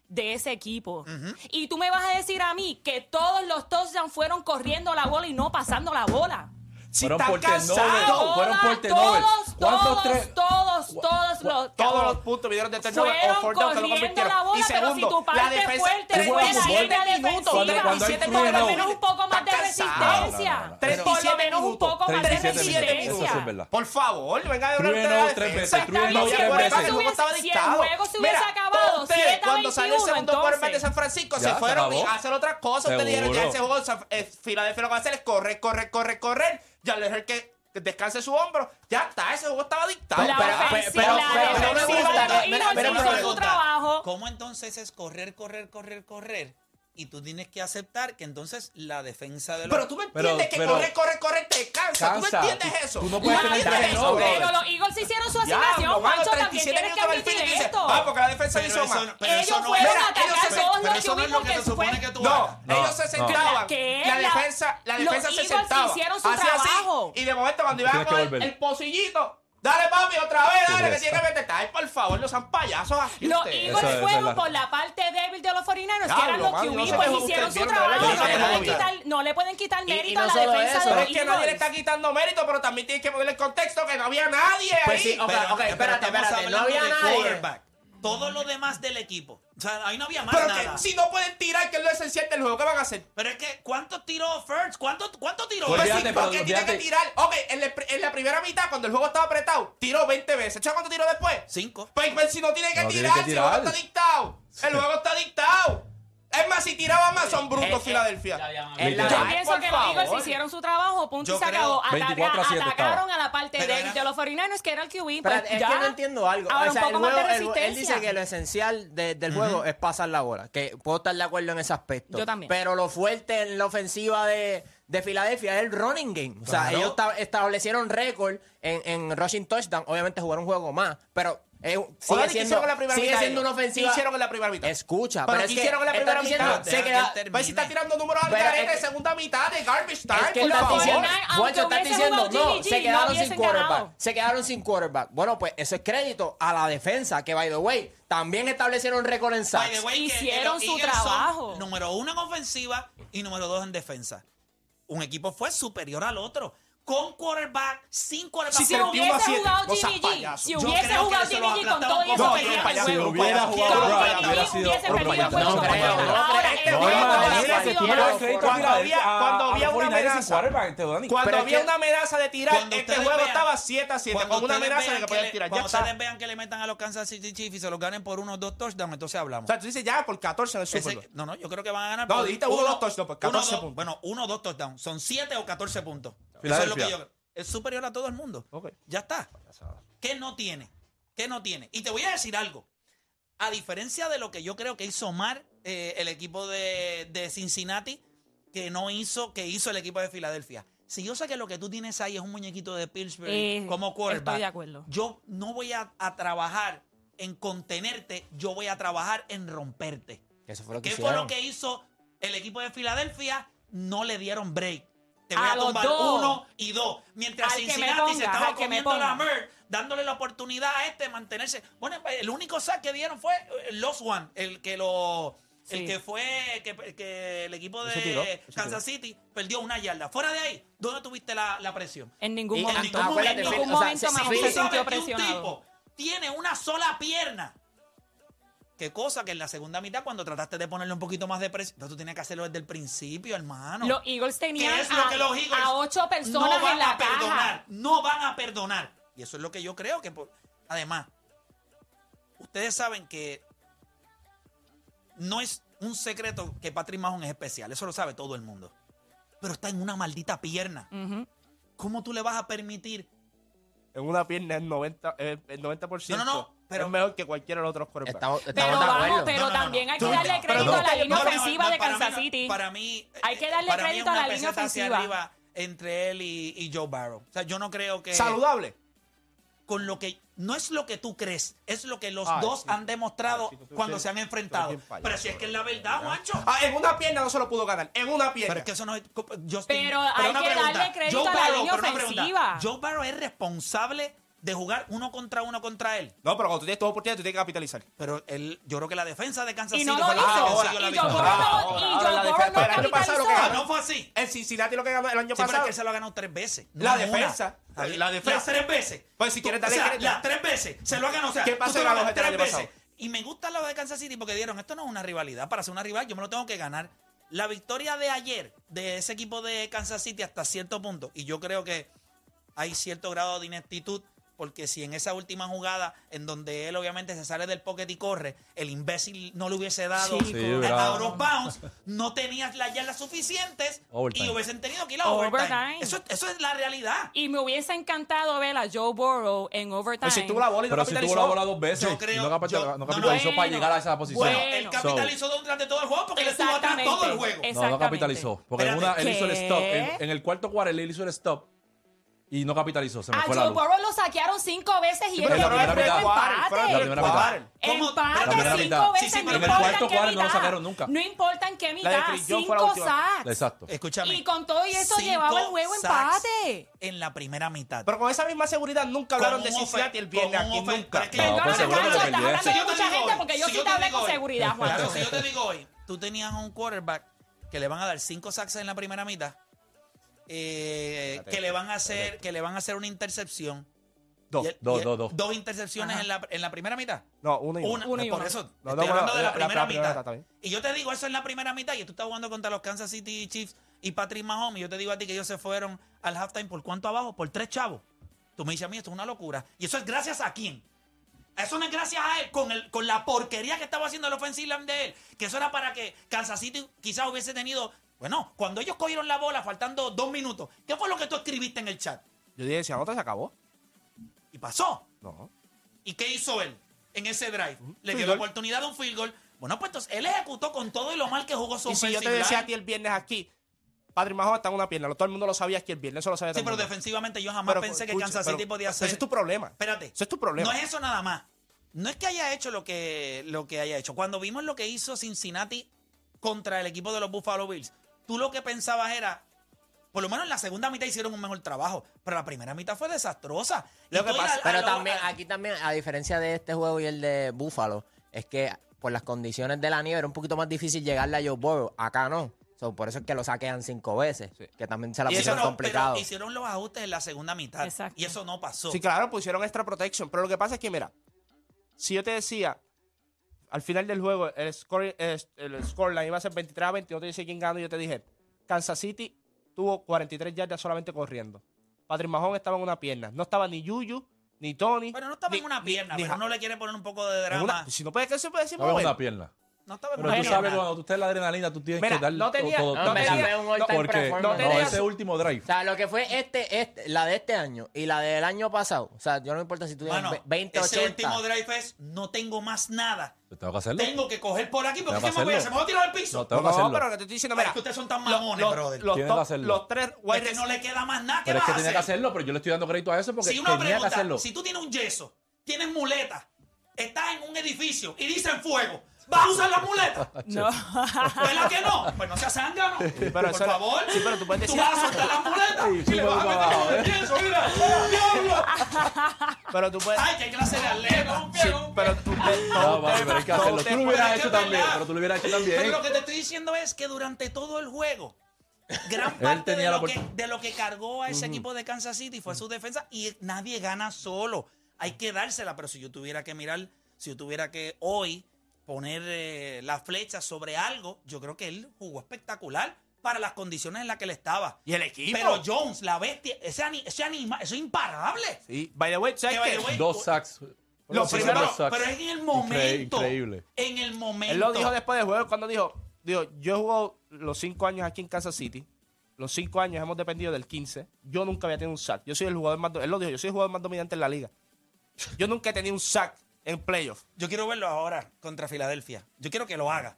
S8: de ese equipo. Y tú me vas a decir a mí que todos los touchdowns fueron corriendo la bola y no pasando la bola.
S5: Si
S6: Fueron
S5: están
S6: por turnover.
S5: cansados.
S6: Fueron
S8: Todas,
S6: por turnover.
S8: todos,
S6: ¿Cuántos
S8: todos,
S6: tres?
S8: todos,
S6: Cu-
S8: todos los
S5: Todos los puntos vinieron de turnover o
S8: fueron
S5: fourth down que lo
S8: corriendo
S5: convirtieron.
S8: la bola,
S5: y
S8: pero si tu
S5: segundo,
S8: parte
S5: la defensa. Tú
S8: fuerte fue la
S5: juegas
S8: línea
S5: 37
S8: defensiva,
S5: minutos,
S6: Cuando- cuando hay
S8: por
S6: freno.
S8: lo menos un poco más de
S5: Están cansados.
S8: resistencia.
S6: No,
S5: no, no, no.
S8: Por lo menos un poco más de
S6: 37 minutos, eso sí es
S8: resistencia.
S6: verdad.
S5: Por favor, no venga a hablar
S6: True
S5: de
S6: and
S5: la
S6: out tres
S5: defensa.
S6: veces, true and
S5: No,
S6: out
S5: ya el
S6: tres veces.
S5: quarterback, el juego estaba
S8: Si el
S5: dictado.
S8: juego se hubiese
S5: Mira,
S8: acabado,
S5: todos ustedes,
S8: 7 a
S5: Cuando salió el
S8: 21,
S5: segundo quarterback de
S8: entonces.
S5: San Francisco,
S6: Ya,
S5: se
S6: se
S5: fueron
S6: acabó.
S5: a hacer otras cosas. Ustedes dijeron, ya
S6: Seguro.
S5: ese juego, San- eh, Filadelfia lo que va a hacer es correr, correr, correr, correr. Ya le dejé que que descanse su hombro. Ya está, ese juego estaba dictado.
S8: La
S4: Pero-
S8: ofensiva,
S4: pero- pero-
S8: la
S4: pero no me
S8: defensiva
S4: gusta,
S8: de
S4: pero-
S8: Eagles
S4: pero-
S8: hizo
S4: pero-
S8: su trabajo.
S2: ¿Cómo entonces es correr, correr, correr, correr? y tú tienes que aceptar que entonces la defensa de los...
S5: Pero tú me entiendes que correr, correr, correr te cansa. ¿Tú me
S2: Cansa.
S5: entiendes eso?
S2: Tú no puedes
S5: me
S2: tener
S5: entiendes
S2: tres
S5: eso,
S2: no,
S5: brother?
S8: Pero los Eagles hicieron su
S5: Ya,
S8: asignación,
S5: lo malo,
S8: Pancho, también
S5: 37
S8: tienes que
S5: minutos al fin,
S8: admitir
S5: y dice,
S8: esto.
S5: Ah, porque la defensa
S2: Pero
S5: hizo
S2: eso
S5: mal.
S2: no- pero
S8: Ellos
S2: eso no-
S8: fueron
S2: Mira, ellos
S8: a atacar
S2: se-
S8: todos
S2: pero
S8: los
S2: eso no es lo que se
S8: tuvimos que
S2: supone
S8: fue-
S2: que tú hagas.
S5: No, ellos se sentaban.
S8: ¿Qué?
S5: La
S8: La-
S5: defensa, la
S8: los
S5: defensa se
S8: Eagles
S5: sentaba.
S8: hicieron su
S5: Hacía así,
S8: trabajo.
S5: y de momento cuando iban a
S6: Tienes que
S5: coger
S6: volver.
S5: el pocillito, dale papi otra vez,
S6: Sí,
S5: dale que
S6: eso.
S5: tiene que meterte. Ay, por favor, los han payasos aquí
S8: Los
S5: ustedes.
S8: Eagles
S6: Eso es
S8: fueron
S6: verdad.
S8: por la parte débil de los 49ers, que
S5: Diablo,
S8: eran los
S5: mano, no
S8: QB,
S5: se
S8: pues
S5: juzguen,
S8: hicieron su
S5: vieron,
S8: trabajo.
S5: ¿verdad?
S8: No le, pueden
S5: Mira.
S8: quitar, no le pueden quitar
S4: y
S8: mérito
S4: no
S8: a la
S4: solo
S8: defensa
S4: eso,
S8: de
S5: Pero
S8: los
S5: es que nadie le
S8: Eagles.
S5: está quitando mérito, pero también tienes que ponerle el contexto que no había nadie
S4: Pues sí,
S5: ahí.
S4: o sea, ok,
S2: pero
S4: espérate,
S2: estamos
S4: espérate, no
S2: hablando
S4: había
S2: de
S4: nadie.
S2: quarterback. Todo lo demás del equipo. O sea, ahí no había más
S5: Pero
S2: nada.
S5: que si no pueden tirar, que es lo esencial del juego, ¿qué van a hacer?
S2: Pero es que, ¿cuánto tiró Fertz? ¿Cuánto, cuánto tiró?
S5: Pues sí,
S6: Olvídate,
S5: porque
S6: pero
S5: tiene que
S6: olvídate.
S5: tirar. Ok, en la, en la primera mitad, cuando el juego estaba apretado, tiró 20 veces. ¿Sabes cuánto tiró después?
S2: Cinco.
S5: Pues, pues, si no tiene que
S6: No tiene
S5: tirar,
S6: que
S5: si el juego
S6: tirar.
S5: está dictado. El juego está dictado. Es más, si tiraba más, son
S3: Eh,
S5: brutos
S3: eh, la
S5: Filadelfia.
S3: llamada.
S6: Es la-
S8: Yo
S5: Ay,
S8: pienso
S5: por
S8: que los Eagles
S5: favor.
S8: hicieron su trabajo, punto
S2: Yo
S8: y se
S2: creo
S8: acabó.
S6: 24 a
S8: Ataca-
S6: 7
S8: atacaron a la parte
S2: Pero
S8: débil
S2: era-
S8: de los 49ers, que era el
S4: Pero
S8: QB. Pues
S4: es
S8: ya.
S4: que no entiendo algo.
S8: Ahora
S4: O sea,
S8: un poco
S4: el
S8: más
S4: juego-
S8: de
S4: el-
S8: resistencia.
S4: él dice que lo esencial de- del juego es pasar la bola. Que puedo estar de acuerdo en ese aspecto.
S8: Yo también.
S4: Pero lo fuerte en la ofensiva de, de Filadelfia es el running game. O sea,
S2: Claro.
S4: ellos esta- establecieron récord en, en rushing touchdown. Obviamente jugaron un juego más. Pero es un-
S5: Oye,
S4: sigue
S5: ¿qué
S4: siendo,
S5: hicieron en la primera
S4: sigue
S5: mitad
S4: siendo
S5: ellos?
S4: una ofensiva.
S5: ¿Qué hicieron en la primera mitad?
S4: Escucha,
S5: Pero
S4: pero es
S5: ¿qué
S4: que
S5: hicieron en la
S4: estás
S5: primera
S4: diciendo-
S5: mitad?
S4: se
S2: Deja que
S4: queda-
S2: él termine.
S5: Pues si está tirando números al
S4: Pero
S5: garete
S4: es que-
S5: de segunda mitad de garbage time,
S4: Es que
S5: por
S4: estás
S5: favor.
S4: diciendo,
S8: Aunque
S4: Juancho, estás
S8: hubiese
S4: diciendo,
S8: jugado
S4: no,
S8: Jimmy G,
S4: se quedaron
S8: no
S4: sin
S8: hubiesen
S4: quarterback.
S8: ganado.
S4: Se quedaron sin quarterback. Bueno, pues eso es crédito a la defensa, que by the way, también establecieron récord en
S2: By the
S4: sacks.
S2: way, que
S8: Hicieron
S2: los
S8: su
S2: Eagles son
S8: trabajo.
S2: número uno en ofensiva y número dos en defensa. Un equipo fue superior al otro. Con quarterback, sin quarterback.
S5: Si
S8: Si
S2: con-
S5: 31 a
S8: hubiese
S5: 7,
S8: jugado
S5: no seas
S8: Jimmy G,
S5: payaso.
S8: si
S2: Yo
S8: hubiese
S2: creo que
S8: jugado
S2: eso lo
S8: Jimmy G con
S2: aplastaron
S8: todo y
S2: con
S8: eso
S2: todo.
S8: perdían el
S5: Payaso,
S6: Si
S8: juego.
S6: hubiera jugado
S8: Yo creo que
S6: Brown,
S8: Jimmy
S6: hubiera
S8: G
S6: sido
S8: hubiese
S6: otro
S8: perdido el
S6: payaso.
S8: juego
S4: No
S8: como
S4: creo,
S8: tal.
S4: no
S8: Ahora,
S2: este
S5: creo.
S8: el
S6: No,
S8: juego
S6: no, no,
S8: hubiese sido
S6: no, no, no,
S8: otro.
S6: no, no,
S5: Cuando
S6: a-
S5: había-
S6: a-
S5: cuando
S6: a
S5: había una
S6: 49ers sin
S5: amenaza.
S6: quarterback, te dan-
S5: Cuando
S4: Pero es
S5: había
S4: que-
S5: una amenaza de tirar,
S2: Cuando
S5: este
S2: ustedes
S5: juego
S2: vean-
S5: estaba 7 a 7,
S2: cuando
S5: con una
S2: ustedes
S5: amenaza de
S2: vean
S5: que podían tirar. Ya
S2: Cuando
S5: está.
S2: ustedes vean que le metan a los Kansas City Chiefs y se los ganen por uno o dos touchdowns, entonces
S5: O
S2: hablamos.
S5: sea, tú dices ya por 14 en el Super
S2: Ese-
S5: Bowl.
S2: no, no, yo creo que van a ganar.
S5: No,
S2: por
S5: dijiste uno, dos touchdowns, pues, 14
S2: dos-
S5: puntos.
S2: Bueno, uno o dos touchdowns. Son 7 o 14 puntos. Eso es lo
S6: Filadelfia.
S2: que yo creo. Es superior a todo el mundo.
S5: Ok.
S2: Ya está. ¿Qué no tiene? ¿Qué no tiene? Y te voy a decir algo. A diferencia de lo que yo creo que hizo Omar, eh, el equipo de, de Cincinnati, que no hizo, que hizo el equipo de Filadelfia. Si yo sé que lo que tú tienes ahí es un muñequito de Pillsbury
S8: Eh,
S2: como quarterback,
S8: estoy de acuerdo.
S2: yo no voy a, a trabajar en contenerte, yo voy a trabajar en romperte.
S4: Eso fue lo que
S2: ¿Qué fue
S4: hicieron.
S2: lo que hizo el equipo de Filadelfia? No le dieron break. Te voy
S8: A
S2: a,
S8: los
S2: tumbar
S8: dos.
S2: uno y dos. Mientras
S8: Al que me
S2: Cincinnati se
S8: pongas,
S2: estaba
S8: al que me
S2: comiendo la
S8: pongas.
S2: mer, dándole la oportunidad a este de mantenerse. Bueno, pues, el único sack que dieron fue eh, Los One, el que lo.
S8: Sí.
S2: El que fue que, que el equipo de
S6: Eso tiró, eso
S2: Kansas City perdió una yarda. Fuera de ahí, ¿dónde tuviste la, la presión?
S8: En ningún
S4: Y-
S8: momento.
S4: ah, acuérdate,
S8: En ningún
S4: Phil, o sea,
S8: momento
S4: si-
S8: más
S4: si-
S2: Tú
S8: se
S4: Phil-
S2: sabes
S8: sintió
S2: que un
S8: presionado.
S2: tipo tiene una sola pierna. Qué cosa que en la segunda mitad, cuando trataste de ponerle un poquito más de presión, pero tú tenías que hacerlo desde el principio, hermano.
S8: Los Eagles tenían
S2: Que es lo que los Eagles
S8: a- a ocho personas
S2: no van
S8: en la
S2: a perdonar,
S8: caja.
S2: no van a perdonar. Y eso es lo que yo creo que, por- además, ustedes saben que no es un secreto que Patrick Mahon es especial, eso lo sabe todo el mundo. Pero está en una maldita pierna.
S8: Ujú.
S2: ¿Cómo tú le vas a permitir
S5: En una pierna es 90%. eh, El 90%
S2: No, no, no, pero-
S5: es mejor que cualquiera de los otros quarterbacks.
S4: Estamos,
S8: Pero
S4: estamos de
S8: vamos,
S4: acuerdo.
S2: No,
S8: pero
S2: no, no,
S8: también
S2: no.
S8: hay que
S2: Tú-
S8: darle
S2: pero
S8: crédito
S2: no,
S8: a la
S2: no,
S8: línea
S2: no,
S8: ofensiva
S2: no,
S8: de
S2: para mí
S8: Kansas
S2: no,
S8: City.
S2: Para mí.
S8: Hay
S2: eh,
S8: que darle
S2: para mí es
S8: crédito a
S2: una
S8: la línea
S2: peseta hacia
S8: ofensiva.
S2: arriba entre él y, y Joe Barrow. O sea, yo no creo que.
S5: Saludable.
S2: Con lo que. No es lo que tú crees, es lo que los
S5: Ay,
S2: dos
S5: sí.
S2: han demostrado
S5: Ay, sí, tú- tú
S2: cuando
S5: eres-
S2: se han enfrentado.
S5: bien payaso,
S2: Pero si es que es la verdad, Juancho.
S5: Ah, en una pierna no se lo pudo ganar. En una pierna.
S2: Pero es que eso no es. Justin-
S8: Pero hay
S2: una
S8: que darle crédito a la línea
S2: pero una pregunta.
S8: ofensiva.
S2: Joe Barrow es responsable de jugar uno contra uno contra él.
S5: No, pero cuando tú tienes toda oportunidad, tú tienes que capitalizar.
S2: Pero él, yo creo que la defensa de Kansas
S8: Y
S2: City
S8: no lo
S2: fue la
S8: hizo.
S2: que
S5: Ahora,
S2: consiguió la
S8: Y Joe
S2: victoria.
S8: Burrow no- y
S5: ahora
S8: Joe
S5: la
S8: Burrow
S5: defensa-
S8: no
S5: Pero el año pasado lo que
S2: Ah,
S8: capitalizó.
S2: no fue así.
S5: El Cincinnati lo que ganó el año
S2: Sí, pero es
S5: pasado.
S2: que él se lo ha ganado tres veces. no
S5: La
S2: una.
S5: defensa.
S2: Está bien.
S5: La defensa.
S2: Las tres veces.
S5: Pues si
S2: Tú-
S5: quieres darle
S2: o sea,
S5: crédito.
S2: Las tres veces. Se lo ha ganado. O sea,
S5: ¿Qué
S2: tú
S5: pasó
S2: te lo
S5: con la
S2: ganas
S5: gente
S2: tres
S5: el año
S2: veces.
S5: pasado?
S2: Y me gusta lo de Kansas City porque dieron, esto no es una rivalidad. Para ser una rival yo me lo tengo que ganar. La victoria de ayer de ese equipo de Kansas City hasta cierto punto, y yo creo que hay cierto grado de ineptitud porque si en esa última jugada, en donde él obviamente se sale del pocket y corre, el imbécil no le hubiese dado
S6: Sí,
S2: el
S6: bravo.
S2: out of bounds, no tenías las yardas suficientes y
S6: Overtime.
S2: hubiesen tenido que ir a overtime.
S8: Overtime.
S2: Eso, eso es la realidad.
S8: Y me hubiese encantado ver a Joe Burrow en overtime.
S5: Pero si tuvo la bola y no
S6: Pero si tuvo la
S5: capitalizó.
S6: bola dos veces,
S2: Yo creo-
S6: y no capita-
S2: yo-
S6: no
S2: no,
S6: capitalizó
S8: bueno,
S6: para llegar a esa posición.
S2: Bueno,
S8: Bueno.
S2: él capitalizó durante todo el juego porque le estuvo atrás
S8: Exactamente.
S2: todo el juego.
S6: No, no
S8: Exactamente.
S6: capitalizó. Porque en una,
S2: Espérate,
S6: él hizo el
S8: ¿qué?
S6: stop. En, en el cuarto cuarto, él hizo el stop y no capitalizó. Se me
S8: A
S6: fue la
S8: Joe
S6: luz.
S8: Burrow Ah, lo saquearon cinco veces y
S6: Sí,
S8: él
S6: pero en la
S8: quedó en
S6: primera
S8: el
S6: mitad.
S8: empate.
S6: En la primera mitad.
S2: ¿Cómo?
S8: Empate
S6: La primera
S8: cinco
S6: mitad.
S8: veces,
S2: Sí, sí,
S8: no
S2: pero en el
S8: importa
S6: cuarto
S8: en qué
S6: cuarto no
S8: mitad.
S6: lo sacaron nunca.
S8: No importa en qué
S5: de
S8: mitad,
S5: Chris Jones fue la
S8: cinco
S5: última.
S8: sacks.
S6: Exacto.
S2: Escúchame.
S8: Y con todo y eso
S2: Cinco
S8: llevaba el juego
S2: sacks
S8: empate.
S2: En la primera mitad.
S5: Pero con esa misma seguridad nunca hablaron
S2: Con un
S5: de
S2: ofen-
S5: Cincinnati el viernes
S2: con un
S5: aquí
S2: ofen-
S5: nunca.
S2: pero es que-
S6: No,
S8: Perdona,
S6: pues seguro
S8: Nacho,
S6: que
S8: estás
S6: perdió.
S8: hablando
S2: Si
S8: de
S2: yo te
S8: mucha
S2: digo
S8: gente
S2: hoy,
S8: porque yo
S2: si
S8: sí
S2: yo
S8: te
S2: te
S8: hablé
S2: digo
S8: con
S2: hoy,
S8: seguridad, Juan.
S2: Claro, si yo te digo hoy, tú tenías a un quarterback que le van a dar cinco sacks en la primera mitad, eh, que le van a hacer, que le van a hacer una intercepción.
S6: Dos,
S2: Y el-
S6: dos,
S2: y-
S6: dos, dos.
S2: Dos intercepciones en la, en la primera mitad.
S5: No, uno y uno.
S2: Una,
S8: Una y
S2: por
S8: una.
S2: eso.
S5: No,
S2: estoy
S5: no,
S2: hablando
S5: bueno,
S2: de la,
S5: la- la
S2: primera
S5: primera
S2: mitad.
S5: mitad, está bien.
S2: y yo te digo eso en la primera mitad. Y tú estás jugando contra los Kansas City Chiefs y Patrick Mahomes. Y yo te digo a ti que ellos se fueron al halftime por cuánto abajo? Por tres chavos. Tú me dices a mí, esto es una locura. ¿Y eso es gracias a quién? Eso no es gracias a él, con, el, con la porquería que estaba haciendo el offensive line de él. Que eso era para que Kansas City quizás hubiese tenido. Bueno, cuando ellos cogieron la bola, faltando dos minutos, ¿qué fue lo que tú escribiste en el chat?
S5: Yo dije, si anota se acabó.
S2: Y pasó.
S5: No.
S2: ¿Y qué hizo él en ese drive? Le dio
S5: Field
S2: la
S5: goal.
S2: oportunidad de un field goal. Bueno, pues entonces él ejecutó con todo y lo mal que jugó su
S5: Y si yo te
S2: offensive
S5: decía a
S2: line.
S5: ti el viernes aquí, Patrick Mahomes está en una pierna. lo- Todo el mundo lo sabía aquí el viernes. Eso lo sabía
S2: Sí,
S5: todo
S2: pero
S5: el mundo.
S2: defensivamente yo jamás
S5: Pero,
S2: pensé que
S5: escucha,
S2: Kansas
S5: pero-
S2: City podía
S5: pero
S2: hacer.
S5: Ese es tu problema.
S2: Espérate.
S5: Eso es tu problema.
S2: No es eso nada más. No es que haya hecho lo que, lo que haya hecho. Cuando vimos lo que hizo Cincinnati contra el equipo de los Buffalo Bills, tú lo que pensabas era. Por lo menos en la segunda mitad hicieron un mejor trabajo, pero la primera mitad fue desastrosa. Y
S5: Lo que
S2: tú ir
S5: pasa-
S2: al-
S4: Pero
S2: al-
S4: también,
S2: al-
S4: aquí también, a diferencia de este juego y el de Buffalo, es que por las condiciones de la nieve era un poquito más difícil llegarle a Joe Burrow. Acá no. So, por eso es que lo saquean cinco veces, que también se la
S2: y eso
S4: pusieron
S2: no-
S4: complicado.
S2: pero hicieron los ajustes en la segunda mitad.
S8: Exacto.
S2: Y eso no pasó.
S5: Sí, claro, pusieron extra protection. Pero lo que pasa es que, mira, si yo te decía al final del juego el, score, el, el scoreline iba a ser 23 a 20, no te dice quién ganó, yo te dije, Kansas City tuvo 43 yardas solamente corriendo. Patrick Mahón estaba en una pierna. No estaba ni Yuyu, ni Tony.
S2: Pero no estaba
S5: ni-
S2: en una
S5: ni-
S2: pierna,
S5: ni
S2: pero
S5: Ja-
S2: uno le quiere poner un poco de
S5: en
S2: drama.
S5: una- si no puede que se puede decir,
S6: No es
S5: mover.
S6: una pierna.
S2: no estaba en
S6: Pero
S2: una
S6: tú
S8: Bueno,
S6: sabes,
S2: pierna.
S6: cuando tú estés la adrenalina, tú tienes
S5: Mira,
S6: que darle
S5: no tenía-
S6: todo.
S5: no
S6: todo-
S5: me la
S6: sí,
S4: veo un all-time
S6: porque
S4: performance.
S6: no,
S5: No
S6: ese
S5: tenía-
S6: último drive.
S4: O sea, lo que fue este, este, la de este año y la del año pasado. O sea, yo no me importa si tú tienes
S2: Mano,
S4: 20,
S2: ese
S4: 80.
S2: último drive es, no tengo más nada.
S6: Tengo que hacerlo.
S2: Tengo que coger por aquí porque
S6: Tengo
S2: ¿qué
S6: que
S2: me voy a
S6: hacerlo.
S2: hacer? ¿Me voy a tirar al piso?
S6: No,
S5: No,
S6: tengo que hacerlo.
S5: pero que te estoy diciendo,
S2: Ay,
S5: mira.
S2: es que ustedes son tan
S5: lo-
S2: mamones,
S5: lo-
S2: brother.
S5: Los,
S6: Tienes que
S5: top-
S6: hacerlo.
S5: los tres
S2: Es
S5: wide
S2: que no le queda más nada. ¿Qué
S6: Pero es que
S2: vas a
S6: tenía que
S2: hacer?
S6: hacerlo, pero yo le estoy dando crédito a eso porque
S2: Si una
S6: tenía que hacerlo.
S2: pregunta, si tú tienes un yeso, tienes muleta, estás en un edificio y dicen fuego, ¿vas a usar la muleta?
S8: No.
S2: ¿Verdad que no? Pues no seas zángano.
S5: pero
S2: Por
S5: eso era-
S2: favor.
S5: sí, pero tú puedes decir-
S2: vas a soltar la muleta
S6: Sí,
S2: y le
S6: súper
S2: vas a meter
S6: babado,
S2: con el
S6: ¿eh?
S2: yeso, mira. ¡Diablo!
S5: Pero tú puedes.
S2: ¡Ay, qué clase de atleta! un pie, un pie.
S5: Pero tú puedes.
S6: No, papi, pero hay que hacerlo.
S5: Todo
S6: Tú lo
S5: te-
S6: hubieras
S2: pero es
S6: hecho
S2: que es
S6: también.
S2: verdad.
S6: Pero tú lo hubieras hecho
S2: Pero
S6: también.
S2: lo que te estoy diciendo es que durante todo el juego, gran parte
S6: tenía
S2: de
S6: la
S2: lo, que,
S6: oportun-
S2: de lo que cargó a ese equipo de Kansas City fue su defensa y nadie gana solo. Hay que dársela, pero si yo tuviera que mirar, si yo tuviera que hoy poner eh, la flecha sobre algo, yo creo que él jugó espectacular para las condiciones en las que él estaba.
S5: Y el equipo.
S2: Pero Jones, la bestia, ese, ani- ese animal, eso es imparable.
S5: Sí, by the way, ¿sabes
S2: Que by
S5: qué?
S2: the way,
S6: Dos sacks.
S5: Lo
S6: Sí,
S5: primero-
S6: dos sacks.
S2: pero es en el
S6: Incre-
S2: momento.
S6: Increíble.
S2: En el momento.
S5: Él lo dijo después del juego, cuando dijo, dijo, yo he jugado los cinco años aquí en Kansas City, los cinco años hemos dependido del 15, yo nunca había tenido un sack, yo soy el jugador más, do- él lo dijo, yo soy el jugador más dominante en la liga. Yo nunca he tenido un sack en playoff.
S2: Yo quiero verlo ahora contra Filadelfia. Yo quiero que lo haga.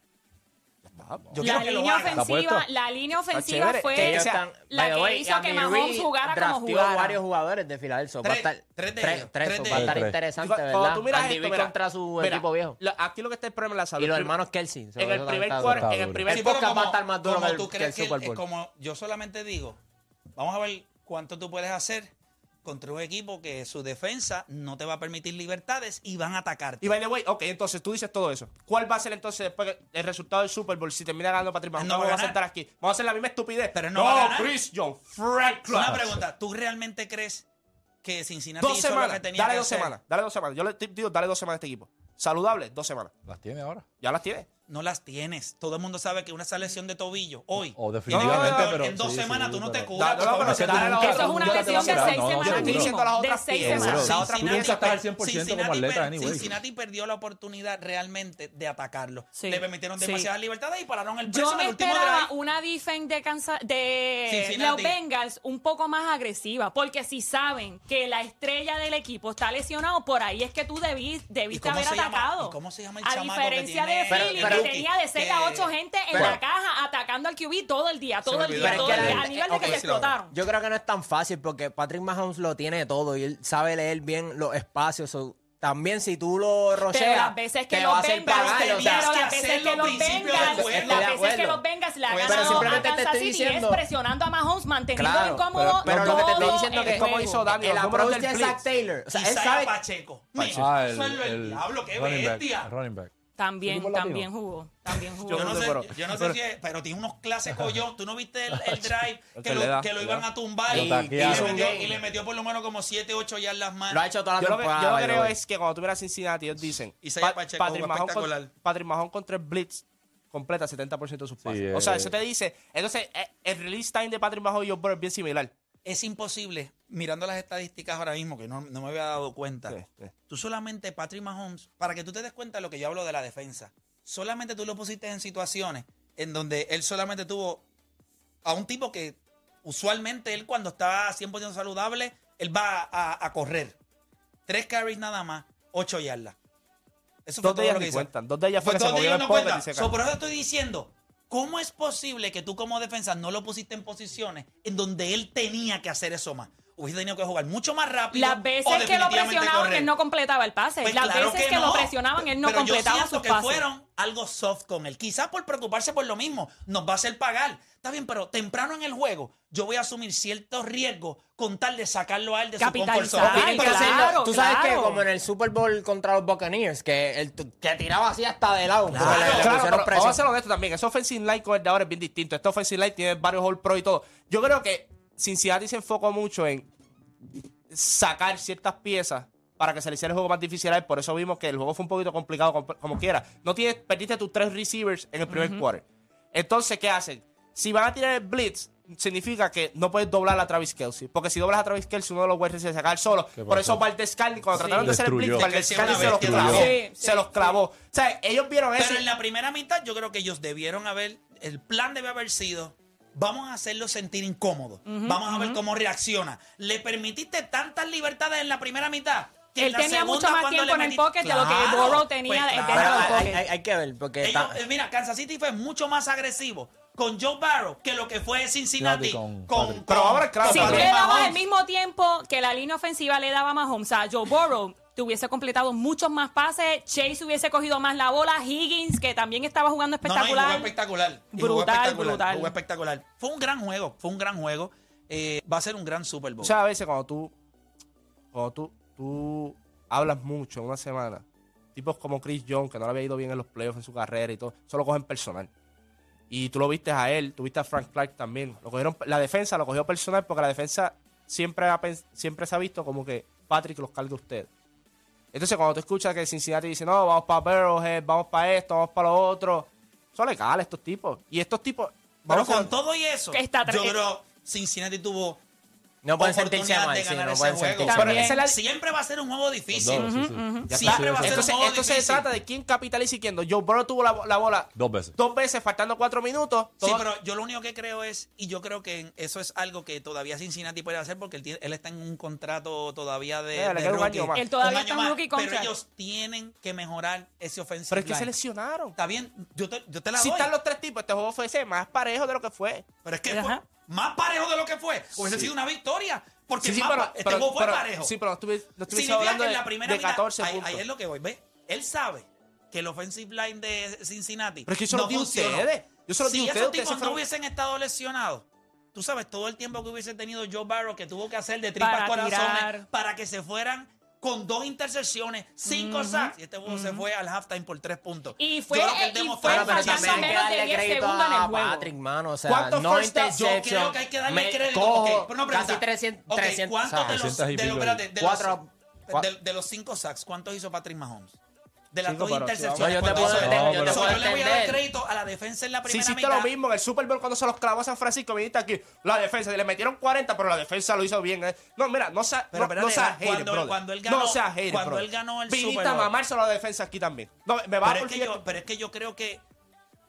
S2: Yo
S8: La
S2: quiero que lo
S8: línea
S2: haga.
S6: ofensiva
S8: ofensiva,
S6: puesto?
S8: la línea
S5: Ah,
S8: ofensiva
S5: chévere.
S8: fue
S5: Que
S4: ellos
S5: o sea,
S4: están-
S8: la
S4: by the
S8: que
S4: way,
S8: hizo que
S4: Andy
S8: Mahomes
S4: Reid
S8: jugara como
S4: drafteó
S8: jugara.
S4: varios jugadores de Filadelfia. Va a
S2: Tres-
S4: estar,
S2: tres de ellos,
S4: tres,
S2: tres
S4: so,
S2: de
S4: va a estar
S6: ellos.
S4: interesante,
S5: Cuando
S4: ¿verdad?
S5: tú miras
S4: Andy
S5: esto,
S4: Reid
S5: mira,
S4: contra su
S5: mira,
S4: equipo viejo.
S5: lo- aquí lo que está el problema es la salud.
S4: Y los
S5: Prim-
S4: hermanos Kelsey. so, eso
S5: En el primer
S4: también está
S5: quarter,
S4: duro.
S5: en el
S6: duro.
S5: primer
S4: Sí,
S5: quarter-
S4: podcast
S2: pero
S4: va a estar más duro
S2: como
S4: que el-
S2: tú
S4: que
S2: crees
S4: el Super
S2: él-
S4: Bowl.
S2: como yo solamente digo, vamos a ver cuánto tú puedes hacer contra un equipo que su defensa no te va a permitir libertades y van a atacarte.
S5: Y by the way, ok, entonces tú dices todo eso. ¿Cuál va a ser entonces después que- el resultado del Super Bowl si termina ganando Patrick Mahomes?
S2: No
S5: No
S2: va a
S5: vamos a
S2: ganar.
S5: sentar aquí. Vamos a hacer la misma estupidez.
S2: Pero no va a ganar.
S5: Chris Jones, Frank Clark.
S2: Una pregunta, ¿tú realmente crees que Cincinnati
S5: Dos
S2: hizo lo que
S5: semanas.
S2: tenía
S5: Dale
S2: que
S5: dos
S2: hacer?
S5: semanas. Dale dos semanas. Yo le digo, dale dos semanas a este equipo. Saludable, dos semanas.
S6: Las tiene ahora.
S5: Ya las tiene.
S2: no las tienes. Todo el mundo sabe que una esa lesión de tobillo hoy.
S6: O definitivamente,
S2: en dos-
S6: pero-
S2: en dos
S6: sí,
S2: semanas
S6: sí,
S2: tú no
S6: pero-
S2: te curas.
S6: No, no, pero se te- nunca-
S8: Eso es una
S6: nunca te
S8: lesión
S6: vas a
S8: de
S6: curar,
S8: seis
S6: no,
S8: semanas
S6: seguro.
S8: mínimo. De seis
S6: Seguro.
S8: semanas.
S6: Tú piensas estar al 100% como
S2: Cincinnati
S6: atleta,
S2: per-
S6: anyway.
S2: Cincinnati perdió la oportunidad realmente de atacarlo.
S8: Sí.
S2: Le permitieron
S8: Sí.
S2: demasiadas libertades y pararon el preso
S8: Yo
S2: en
S8: me
S2: el último
S8: esperaba
S2: drive.
S8: una defense de, Kansas- de los
S2: Cincinnati.
S8: Bengals un poco más agresiva, porque si saben que la estrella del equipo está lesionado, por ahí es que tú debí- debiste
S2: cómo
S8: haber
S2: se llama-
S8: atacado.
S2: y cómo se llama el
S8: a
S2: chamaco que
S8: diferencia
S2: tiene
S8: de
S2: Pero-
S8: Philly,
S2: pero-
S8: que tenía de 6 a 8 gente en
S4: Pero-
S8: la caja atacando al QB todo el día, todo
S4: me
S8: el
S4: olvidó.
S8: día,
S4: Pero es
S8: todo
S4: que
S8: el
S4: la-
S8: día, a nivel de
S4: ok,
S8: que se
S4: sí lo hago.
S8: explotaron.
S4: Yo creo que no es tan fácil porque Patrick Mahomes lo tiene todo y él sabe leer bien los espacios. so, también si tú lo rocheas,
S8: Pero las veces que
S4: te
S8: los
S4: va a hacer
S8: Bengals,
S4: pagar, o sea,
S8: pero las
S2: que
S8: veces que
S2: hacerlo
S8: los
S2: principio
S8: Bengals,
S2: del juego.
S4: Estoy
S8: las
S4: de
S8: veces que
S4: acuerdo.
S8: los Bengals le han
S4: Pues, Pero
S8: ganado a
S4: simplemente te
S8: Kansas
S4: estoy
S8: City es
S4: diciendo-
S8: presionando a Mahomes, manteniendo
S4: Claro, pero-
S8: incómodo
S4: pero lo que te estoy
S8: todo
S4: diciendo
S8: el
S4: que es como
S8: juego.
S4: hizo Dani, El los números approach del de blitz. Zach Taylor, o sea, él
S2: Isaiah
S4: sabe-
S2: Pacheco.
S6: Pacheco.
S2: Mira,
S6: Ah,
S2: eso es lo del
S6: el
S2: diablo, qué
S6: running back,
S2: bestia.
S6: el running back.
S8: También,
S6: Equipo latino.
S8: también jugó. También jugó.
S2: Yo no sé,
S6: pero-
S2: yo no sé
S6: pero-
S2: si es, pero tiene unos clases collón. ¿Tú no viste el, el drive que,
S6: El que
S2: lo,
S6: le da,
S2: que lo
S6: le
S2: iban
S6: da.
S2: a tumbar?
S6: Lo
S2: Y, y le
S6: taquea.
S2: metió, y le metió por lo menos como 7, 8 yardas más.
S4: Lo ha hecho toda la
S5: Yo lo que,
S4: temporada.
S5: yo lo que
S4: by the
S5: creo
S4: way.
S5: es que cuando tú miras Cincinnati, ellos dicen
S2: Isaiah
S5: Pa-
S2: Pacheco
S5: Patrick,
S2: jugó
S5: Mahomes con,
S2: espectacular.
S5: Patrick Mahomes con tres blitz completa 70% de sus pases.
S6: eh.
S5: O sea, eso te dice. Entonces, eh, el release time de Patrick Mahomes y Joe Burrow es bien similar.
S2: Es imposible, mirando las estadísticas ahora mismo, que no, no me había dado cuenta.
S5: Sí, sí.
S2: Tú solamente, Patrick Mahomes, para que tú te des cuenta de lo que yo hablo de la defensa, solamente tú lo pusiste en situaciones en donde él solamente tuvo a un tipo que usualmente él cuando está 100% saludable, él va a, a- a correr. Tres carries nada más, ocho yardas. Eso fue
S5: Dos
S2: todo
S5: de ellas
S2: lo que
S5: ni
S2: hizo.
S5: cuentan. Dos de ellas fue
S2: Pues
S5: que se
S2: todos
S5: movió
S2: ellos no
S5: el pocket
S2: cuentan.
S5: y se
S2: So,
S5: cayó.
S2: por eso estoy diciendo, ¿cómo es posible que tú como defensa no lo pusiste en posiciones en donde él tenía que hacer eso más? Hubiese tenido que jugar mucho más rápido.
S8: Las
S2: o
S8: veces que lo
S2: definitivamente
S8: presionaban,
S2: correr.
S8: él no completaba el pase.
S2: Pues
S8: Las
S2: claro
S8: veces que,
S2: no.
S8: lo presionaban, él no
S2: Pero
S8: completaba
S2: yo siento
S8: sus
S2: que
S8: pases.
S2: fueron algo soft con él. Quizás por preocuparse por lo mismo. Nos va a hacer pagar. Está bien, pero temprano en el juego yo voy a asumir ciertos riesgos con tal de sacarlo a él de su confort
S8: Capitalizar,
S2: zone.
S4: Tienen que
S8: Claro,
S4: hacerlo. Tú sabes
S8: claro.
S4: que como en el Super Bowl contra los Buccaneers, que, el, que tiraba así hasta de lado. porque le- le
S5: Claro,
S4: pusieron
S5: pero
S4: presión.
S5: vamos a ser honestos también. Ese offensive line con el de ahora es bien distinto. Este offensive line tiene varios All Pro y todo. Yo creo que Cincinnati se enfocó mucho en sacar ciertas piezas para que se le hiciera el juego más difícil a él. Por eso vimos que el juego fue un poquito complicado com- como, quiera. No tienes, perdiste tus tres receivers en el primer quarter. Entonces, ¿qué hacen? Si van a tirar el blitz, significa que no puedes doblar a Travis Kelsey. Porque si doblas a Travis Kelsey, uno de los wide receivers se cae solo. Por
S6: pasó?
S5: eso Valdez Carly, cuando trataron de hacer el
S6: Destruyó.
S5: blitz, Valdez
S2: Es que él
S5: Carly se
S2: sea una
S5: los
S2: bestia.
S5: clavó.
S8: Destruyó. Sí,
S5: Se los clavó. O sea, ellos vieron eso.
S2: Pero
S5: y-
S2: en la primera mitad yo creo que ellos debieron haber, el plan debe haber sido, vamos a hacerlo sentir incómodo, vamos a ver cómo reacciona. Le permitiste tantas libertades en la primera mitad. Que
S8: Él
S2: en la
S8: tenía
S2: segunda,
S8: mucho más
S2: cuando le
S8: tiempo en el
S2: metiste-
S8: pocket de lo que
S2: Claro,
S8: Burrow tenía
S2: pues
S8: en-
S2: claro.
S4: Pero
S8: Pero,
S4: hay,
S8: ok.
S4: hay- hay que ver, porque
S2: Ellos-
S4: está-
S2: eh, mira, Kansas City fue mucho más agresivo con Joe Barrow que lo que fue Cincinnati
S6: Cincinnati con-
S2: con, con,
S6: Patrick.
S5: Pero ahora, claro,
S8: Si
S2: con
S8: tú le
S5: Patrick
S8: dabas
S2: Mahomes.
S8: el mismo tiempo que la línea ofensiva le daba a Mahomes a Joe Burrow, te hubiese completado muchos más pases, Chase hubiese cogido más la bola, Higgins, que también estaba jugando
S2: No, no, y jugó
S8: espectacular.
S2: espectacular. Y jugó
S8: Brutal,
S2: espectacular.
S8: brutal.
S2: Jugó espectacular. Fue un gran juego, fue un gran juego. Eh, va a ser un gran Super Bowl.
S5: O sea, a veces cuando tú, cuando tú, tú hablas mucho en una semana, tipos como Chris Jones, que no le había ido bien en los playoffs en su carrera y todo, eso lo cogen personal. Y tú lo viste a él, tú viste a Frank Clark también. Lo cogieron, la defensa lo cogió personal porque la defensa siempre, ha pens- siempre se ha visto como que Patrick los carga a usted. Entonces cuando tú escuchas que Cincinnati dice, no, vamos para Barrowhead, vamos para esto, vamos para lo otro, eso le cala a estos tipos. Y estos tipos...
S2: Pero
S5: Vamos
S2: con todo y eso,
S8: Que está tra- eh,
S2: yo creo Cincinnati tuvo
S4: no pueden sentirse
S2: oportunidad
S4: mal.
S2: de
S4: sí,
S2: ganar
S4: no
S2: ese
S4: pueden
S2: juego.
S4: sentirse
S5: Pero
S4: mal.
S5: esa es la-
S2: Siempre va a ser un juego difícil.
S6: Dos, sí, sí. Ya
S2: Siempre
S6: está.
S2: va a ser
S5: Entonces,
S2: un juego
S5: esto se
S2: difícil.
S5: trata de quién capitaliza y quién no. Joe Burrow tuvo la, bo- la bola
S6: Dos veces.
S5: dos veces, faltando cuatro minutos.
S2: Sí,
S5: Todo-
S2: pero yo lo único que creo es, y yo creo que en- eso es algo que todavía Cincinnati puede hacer porque él, tiene- él está en un contrato todavía de,
S5: Eh, le
S2: de
S5: queda un
S2: rookie.
S5: año más.
S8: Él todavía
S2: Un año
S8: está en
S2: más,
S8: rookie
S2: Pero
S8: contract.
S2: ellos tienen que mejorar ese ofensivo.
S5: Pero es que se lesionaron.
S2: Está bien, yo te, yo te la
S5: Si
S2: doy.
S5: están los tres tipos, este juego fue ese más parejo de lo que fue.
S2: Pero es que
S8: Ajá.
S2: fue más parejo de lo que fue. Hubiese sido una victoria. Porque
S5: Sí, sí,
S2: más
S5: pero,
S2: pa- este
S5: pero-
S2: juego fue
S5: pero-
S2: parejo.
S5: Sí, pero no estuvi- no estuviese
S2: Significa
S5: hablando
S2: que
S5: de,
S2: en la primera
S5: de 14
S2: mitad, ahí-
S5: puntos.
S2: Ahí, es lo que voy, ¿ves? Él sabe que el offensive line de Cincinnati
S5: Pero es que yo se
S2: no
S5: lo di a
S2: funcionó.
S5: ustedes. Yo se lo di a
S2: si
S5: ustedes,
S2: esos
S5: ustedes
S2: tipos
S5: se fueron-
S2: no hubiesen estado lesionados, tú sabes todo el tiempo que hubiese tenido Joe Barrow que tuvo que hacer de tripas
S8: Para
S2: corazones
S8: tirar.
S2: para que se fueran con dos intercepciones, cinco sacks. Y este juego se fue al halftime por tres puntos.
S8: Y fue- eh,
S2: Yo creo que él
S8: y fue
S2: demostró
S4: Bueno, pero
S2: que
S8: faltando
S4: también hay que
S2: también-
S8: menos de
S4: darle
S8: 10
S4: crédito
S8: segundos en el
S4: a
S8: juego.
S4: Patrick, mano. O sea,
S5: ¿Cuántos
S4: no
S5: first downs?
S2: Yo creo
S4: interception.
S2: que hay que darle
S4: Me
S2: crédito.
S4: cojo
S2: Ok, pero una pregunta.
S4: casi 300.
S2: Ok,
S4: 300,
S5: ah,
S2: ¿cuántos
S4: o sea,
S2: de los, de
S6: 300 y
S2: los,
S6: pico.
S2: espérate, de los-
S4: Cuatro-
S2: de- de los cinco sacks, cuántos hizo Patrick Mahomes? de las
S5: Chico,
S2: dos
S5: pero si vamos- pues,
S2: intercepciones.
S5: No, yo te
S2: Por
S5: puedo
S2: eso-
S5: entender, yo te
S2: so,
S5: puedo
S2: yo le voy a dar
S5: entender.
S2: crédito a la defensa en la
S5: Si
S2: primera
S5: hiciste
S2: mitad.
S5: lo mismo en el Super Bowl cuando se los clavó a San Francisco, viniste aquí, la defensa, le metieron 40, pero la defensa lo hizo bien. eh. No, mira, no sea,
S2: Pero,
S5: no,
S2: pero,
S5: no
S2: le-
S5: sea hater,
S2: cuando-
S5: brother.
S2: cuando él ganó-
S5: no sea hater,
S2: cuando
S5: brother.
S2: él ganó el
S5: Viniste
S2: Super
S5: a
S2: Bowl.
S5: mamárselo a la defensa aquí también. No, me
S2: Pero
S5: va por
S2: es, que
S5: fiesta.
S2: yo, pero es que yo creo que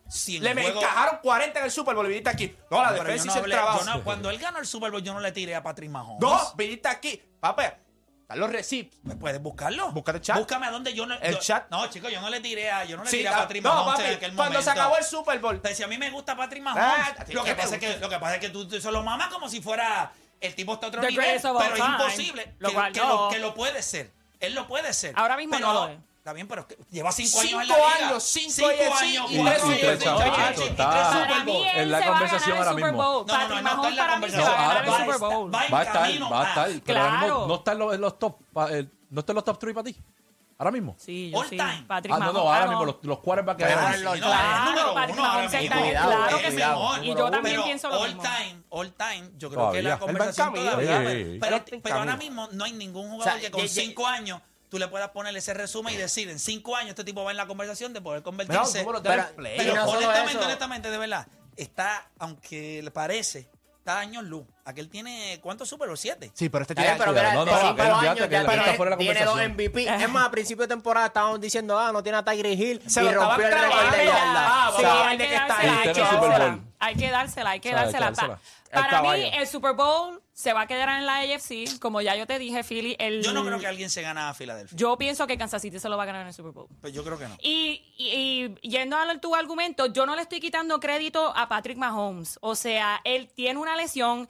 S2: si en
S5: Le
S2: el
S5: me
S2: juego-
S5: encajaron 40 en el Super Bowl y viniste aquí. No, la
S2: Pero yo
S5: defensa
S2: no
S5: hizo el
S2: hablé-
S5: trabajo.
S2: yo no- cuando él ganó el Super Bowl, yo no le tiré a Patrick Mahomes.
S5: No, viniste aquí. Papá, están los receipts.
S2: ¿Me puedes buscarlo?
S5: Búscate el chat.
S2: Búscame a dónde yo no.
S5: El
S2: yo-
S5: chat.
S2: No, chicos, yo no le tiré a, yo no le
S5: Sí,
S2: tiré a
S5: ah,
S2: Patrick
S5: no,
S2: Mahomes
S5: papi,
S2: en aquel
S5: cuando
S2: momento.
S5: se acabó el Super Bowl.
S2: Pero si a mí me gusta Patrick Mahomes,
S5: Ah, a ti
S2: lo,
S5: te
S2: que pasa es
S5: gusta.
S2: que, lo que pasa es que tú, tú solo mamas como si fuera el tipo está a otro
S8: The
S2: nivel,
S8: greatest of all
S2: pero es
S8: time.
S2: imposible.
S8: Lo
S2: que,
S8: cual
S2: que
S8: no.
S2: lo, que lo puede ser. Él lo puede ser.
S8: Ahora mismo
S2: Pero
S8: no lo es.
S2: Está bien, pero es que lleva cinco,
S5: Cinco
S2: años en la liga.
S5: años, cinco años, sí,
S2: años,
S5: y
S2: cuatro
S5: tres
S2: años,
S5: Super Bowls.
S2: muchachos,
S5: Muchacho,
S2: y tres
S6: está-
S2: Super Bowls.
S6: En la conversación ahora mismo.
S2: No, no, no, no está en la conversación.
S8: va a ganar el
S2: Va a
S8: Super Bowl.
S2: estar-
S6: Va a
S2: en
S6: estar,
S2: camino
S6: va a estar. Pero ahora mismo
S8: Claro.
S6: no está en los, en los top. pa- eh, no está en los top 3 para ti. Ahora mismo.
S8: Sí, yo
S2: All
S8: sí.
S2: time.
S6: Ah,
S8: Patrick
S6: no,
S8: Mahomes.
S6: no, ahora
S8: Ah,
S6: mismo los, los quarterbacks que
S2: Pero
S6: hay.
S2: ahora sí, no,
S8: claro,
S2: es número
S8: Patrick
S2: uno ahora
S8: Mahomes
S2: mismo.
S8: está-
S2: Cuidado,
S8: claro
S2: es
S8: que sí.
S2: mejor.
S8: Y yo también
S2: Pero
S8: pienso lo
S2: all
S8: mismo.
S2: time, all time, yo creo
S6: Todavía.
S2: que la
S6: Él va en
S2: conversación
S5: camino,
S2: todavía,
S6: sí,
S2: pero- pero,
S6: sí.
S5: Él va en
S2: pero ahora
S5: camino.
S2: mismo no hay ningún jugador
S4: O sea,
S2: que con
S4: ye- ye-
S2: cinco años tú le puedas poner ese resumen y decir en cinco años este tipo va en la conversación de poder
S5: Mira,
S2: convertirse.
S5: número
S2: Pero,
S5: de
S4: Pero-
S5: play.
S4: y no solo
S2: honestamente,
S4: eso.
S2: honestamente, de verdad, está, aunque le parece, está años luz. Aquel tiene, ¿cuántos Super Bowl? ¿Siete?
S5: Sí, pero este
S4: Está bien,
S5: tiene...
S4: pero
S6: cuidado,
S4: mira,
S6: no, no,
S4: de
S6: no,
S4: cinco
S6: olvídate
S4: años
S6: que la
S4: ya
S6: lista
S4: tiene-
S6: fuera de la
S4: tiene dos
S6: conversación.
S4: MVP. Es más, a principio de temporada estábamos diciendo, ah, no tiene a Tyreese Hill
S5: Se
S4: y
S5: lo estaban
S4: rompió el récord
S5: trabajando.
S4: de yardas.
S5: Ah,
S4: Sí,
S5: vamos a
S8: hay
S5: ver de
S8: que
S5: qué está
S8: dársela,
S6: ahí.
S8: hay que
S6: Está en el Super
S8: dársela.
S6: Bowl.
S8: Hay que dársela, hay que
S6: O sea, hay que
S8: dársela.
S6: dársela.
S8: Pa-
S4: El
S8: Para mí,
S4: caballo.
S8: el Super Bowl se va a quedar en la AFC. Como ya yo te dije, Philly, el-
S2: Yo no creo que alguien se gana a Filadelfia.
S8: yo pienso que Kansas City se lo va a ganar en el Super Bowl.
S2: Pues yo creo que no.
S8: Y, y- y yendo a tu argumento, yo no le estoy quitando crédito a Patrick Mahomes. O sea, él tiene una lesión,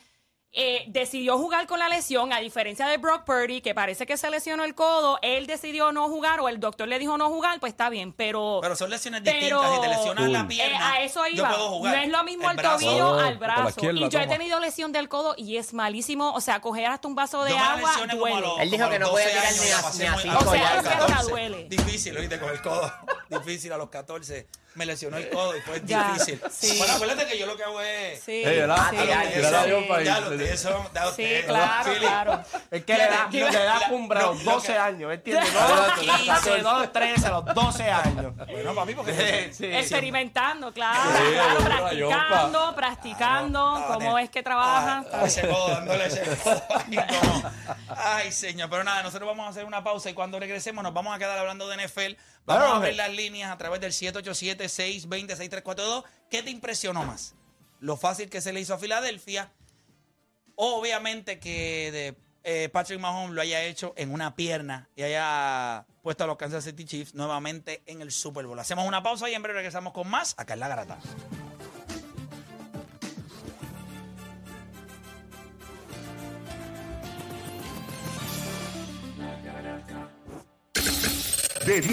S8: eh, decidió jugar con la lesión, a diferencia de Brock Purdy, que parece que se lesionó el codo, él decidió no jugar o el doctor le dijo no jugar, pues está bien, pero...
S2: Pero son lesiones
S8: Pero-
S2: distintas. Si te lesionas la
S6: Uy.
S2: pierna,
S8: Eh, a eso
S2: yo
S8: iba.
S2: puedo jugar.
S8: No es lo mismo el,
S2: brazo.
S8: tobillo
S6: Oh,
S8: al
S6: por la
S8: brazo.
S6: izquierda,
S8: Y yo he
S6: toma.
S8: tenido lesión del codo y es malísimo. O sea, coger hasta un vaso de
S2: Yo me
S8: agua
S2: lesioné como a
S8: duele.
S2: los-
S4: Él dijo
S2: como
S4: que no
S2: los
S4: podía
S2: 12
S4: tirar
S2: años,
S4: ni
S2: la
S4: a-
S2: pasé
S4: ni a
S2: muy-
S4: cinco
S8: O sea, yardas. es que hasta
S2: 14.
S8: duele.
S2: Difícil, oíste, con el codo. Difícil a los 14. Me lesionó el codo y fue
S8: Ya,
S2: difícil.
S8: sí.
S2: Bueno, acuérdate que yo lo que hago es...
S8: Sí. Ah,
S6: Ey, ¿verdad?
S2: Ya lo que
S6: Tirar a
S2: son-
S6: Dios para
S2: ya
S6: ahí.
S2: lo que son- ya
S8: Sí,
S2: ustedes,
S8: claro,
S2: Philly.
S8: claro.
S5: Es que le da,
S2: Yo-
S5: le da cumbre a
S2: no,
S5: los
S2: lo
S5: 12
S2: que-
S5: años, ¿entiendes? No,
S6: Exacto.
S5: 15, 12, 13, a los 12 años.
S2: Bueno, papi, porque...
S5: Sí, sí.
S8: Experimentando, claro,
S6: Sí,
S8: claro,
S6: otra
S8: practicando, practicando,
S2: Ah,
S8: cómo
S2: nene.
S8: es que trabajan.
S2: Ah, ese codo, dándole ese codo. Ay, cómo. Ay, señor. Pero nada, nosotros vamos a hacer una pausa y cuando regresemos nos vamos a quedar hablando de NFL. Vamos
S5: Claro,
S2: a abrir
S5: Jorge.
S2: las líneas a través del 787-620-6342. ¿Qué te impresionó más? Lo fácil que se le hizo a Filadelfia. Obviamente que de, eh, Patrick Mahomes lo haya hecho en una pierna y haya puesto a los Kansas City Chiefs nuevamente en el Super Bowl. Hacemos una pausa y en breve regresamos con más acá en La Garata.
S7: De 10